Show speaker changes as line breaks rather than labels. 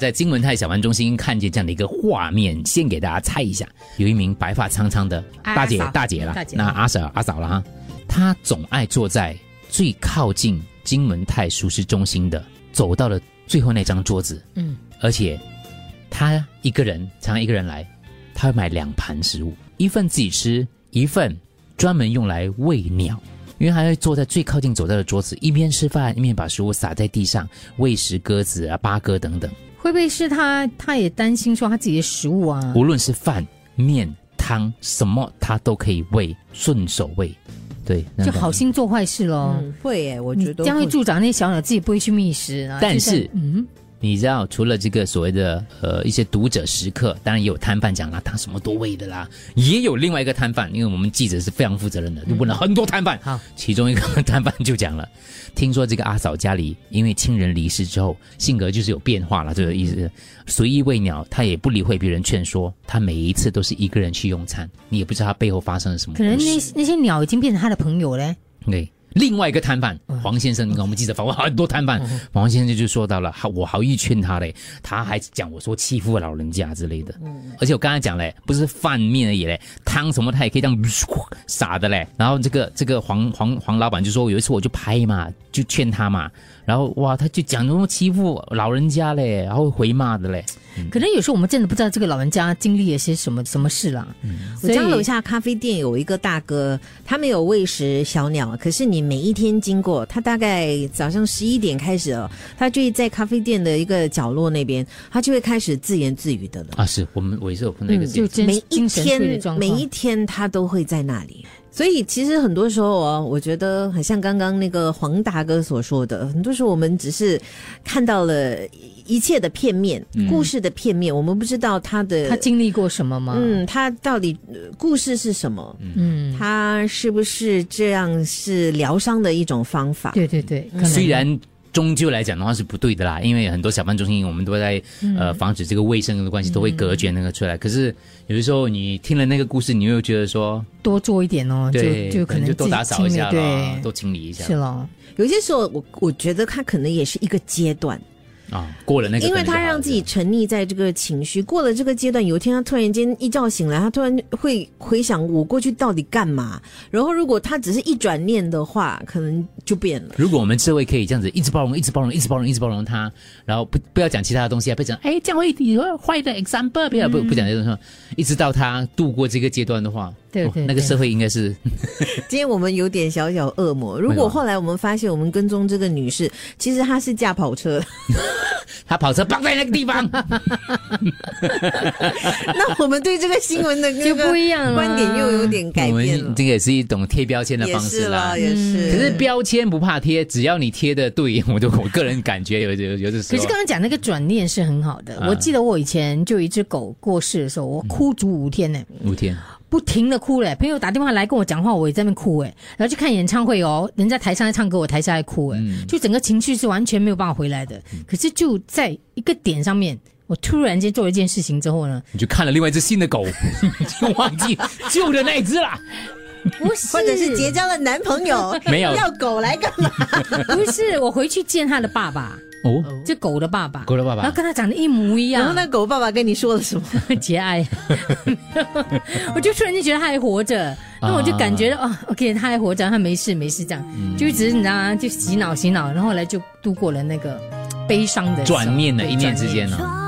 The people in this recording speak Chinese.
在金文泰小贩中心看见这样的一个画面，先给大家猜一下，有一名白发苍苍的
阿
大姐，
嫂
大姐啦
大，姐
那阿婶阿嫂啦哈，她总爱坐在最靠近金文泰熟食中心的，走到了最后那张桌子，
嗯，
而且她一个人，常常一个人来，她会买两盘食物，一份自己吃，一份专门用来喂鸟。因为还会坐在最靠近走道的桌子，一边吃饭一边把食物撒在地上，喂食鸽子啊、八哥等等。
会不会是他？他也担心说他自己的食物啊，
无论是饭、面、汤，什么他都可以喂，顺手喂，对，那
就
种
好。心做坏事喽。
嗯，会诶，我
你
觉得
将会
会
助长那些小鸟自己不会去觅食啊。
但
就像
是
嗯，
你知道，除了这个所谓的呃一些读者食客，当然也有摊贩讲啦，他什么都喂的啦，也有另外一个摊贩，因为我们记者是非常负责任的，就问了很多摊贩。
嗯好，
其中一个摊贩就讲了，听说这个阿嫂家里因为亲人离世之后，性格就是有变化了，这个意思。随意喂鸟，他也不理会别人劝说，他每一次都是一个人去用餐，你也不知道他背后发生了什么
可
故事。
能那那些鸟已经变成他的朋友嘞。
对，另外一个摊贩黄先生，你看我们记者访问很多摊贩，黄先生就说到了，好我好意劝他嘞，他还讲我说欺负老人家之类的，而且我刚才讲嘞，不是饭面而已嘞，汤什么他也可以这样撒的嘞，然后这个这个黄黄黄老板就说有一次我就拍嘛，就劝他嘛，然后哇他就讲什么欺负老人家嘞，然后回骂的嘞，
可能有时候我们真的不知道这个老人家经历了些什么什么事啦。
嗯我
所以
家楼下咖啡店有一个大哥，他没有喂食小鸟，可是你每一天经过，他大概早上十一点开始哦，他就会在咖啡店的一个角落那边，他就会开始自言自语的了。
啊是我们我也是有碰到一个
嗯，
这
就
样
真
每一
精神
天
退的状况
每一天他都会在那里。所以其实很多时候啊，我觉得很像刚刚那个黄大哥所说的，很多时候我们只是看到了一切的片面，故事的片面，我们不知道他的
他经历过什么
啊
吗？
嗯，他到底呃故事是什么？
嗯，
他是不是这样是疗伤的一种方法？
对对对，
嗯
可能
虽然终究来讲的话是不对的啦，因为很多小贩中心我们都在、
嗯
呃防止这个卫生的关系，都会隔绝那个出来。可是有的时候你听了那个故事，你又觉得说，
多做一点哦，
对，
就就可能
就多
自己
打扫一
清理
下啦，
对，
多清理一下
是咯。
有些时候我我觉得他可能也是一个阶段，
啊。过了那个，
因为他让自己沉溺在这个情绪，过了这个阶段，有一天他突然间一觉醒来，他突然会回想我过去到底干嘛。然后如果他只是一转念的话，可能就变了。
如果我们社会可以这样子一直包容，一直包容，一直包容，一直包容他，然后不不要讲其他的东西啊，不要讲哎这样会你会坏的 example，不要
嗯
不不讲这种话，一直到他度过这个阶段的话，
对
哦
对
那个
对
社会应该是
今天我们有点小小恶魔。如
为什么
果后来我们发现我们跟踪这个女士，其实她是驾跑车，
他跑车绑在那个地方。
那我们对这个新闻的那
就
个
不一样了
观点又有点改
我
变了嗯
们。这个也是一种贴标签的
也
方式
是
啦
啦，。也是。
可是标签不怕贴，只要你贴的对， 我都我个人感觉有有有的时
可
候，
是刚刚讲那个转念是很好的，
啊
我记得我以前就有一只狗过世的时候，我哭足五天呢、
五天
不停的哭嘞、朋友打电话来跟我讲话，我也在那边哭哎、然后去看演唱会哦，人家台上在唱歌，我台下在哭哎、
嗯
就整个情绪是完全没有办法回来的。可是就在一个点上面，我突然间做了一件事情之后呢，
你就看了另外一只新的狗， 你就忘记旧的那一只啦。
不是，
或者是结交了男朋 友，
没有
要狗来干嘛？
不是我回去见他的爸爸，
哦，
这狗的爸爸，
狗的爸
然
爸
后，跟他长得一模一样，
然后那狗爸爸跟你说了什 么？
节哀，我就突然就觉得他还活着，那我就感觉到哦，OK，他还活着，他没事没事这样，就
嗯
只是你知道吗？就洗脑洗脑，然后后来就度过了那个嘖悲伤的时候
转念了，一念之间。啊
对转
呢。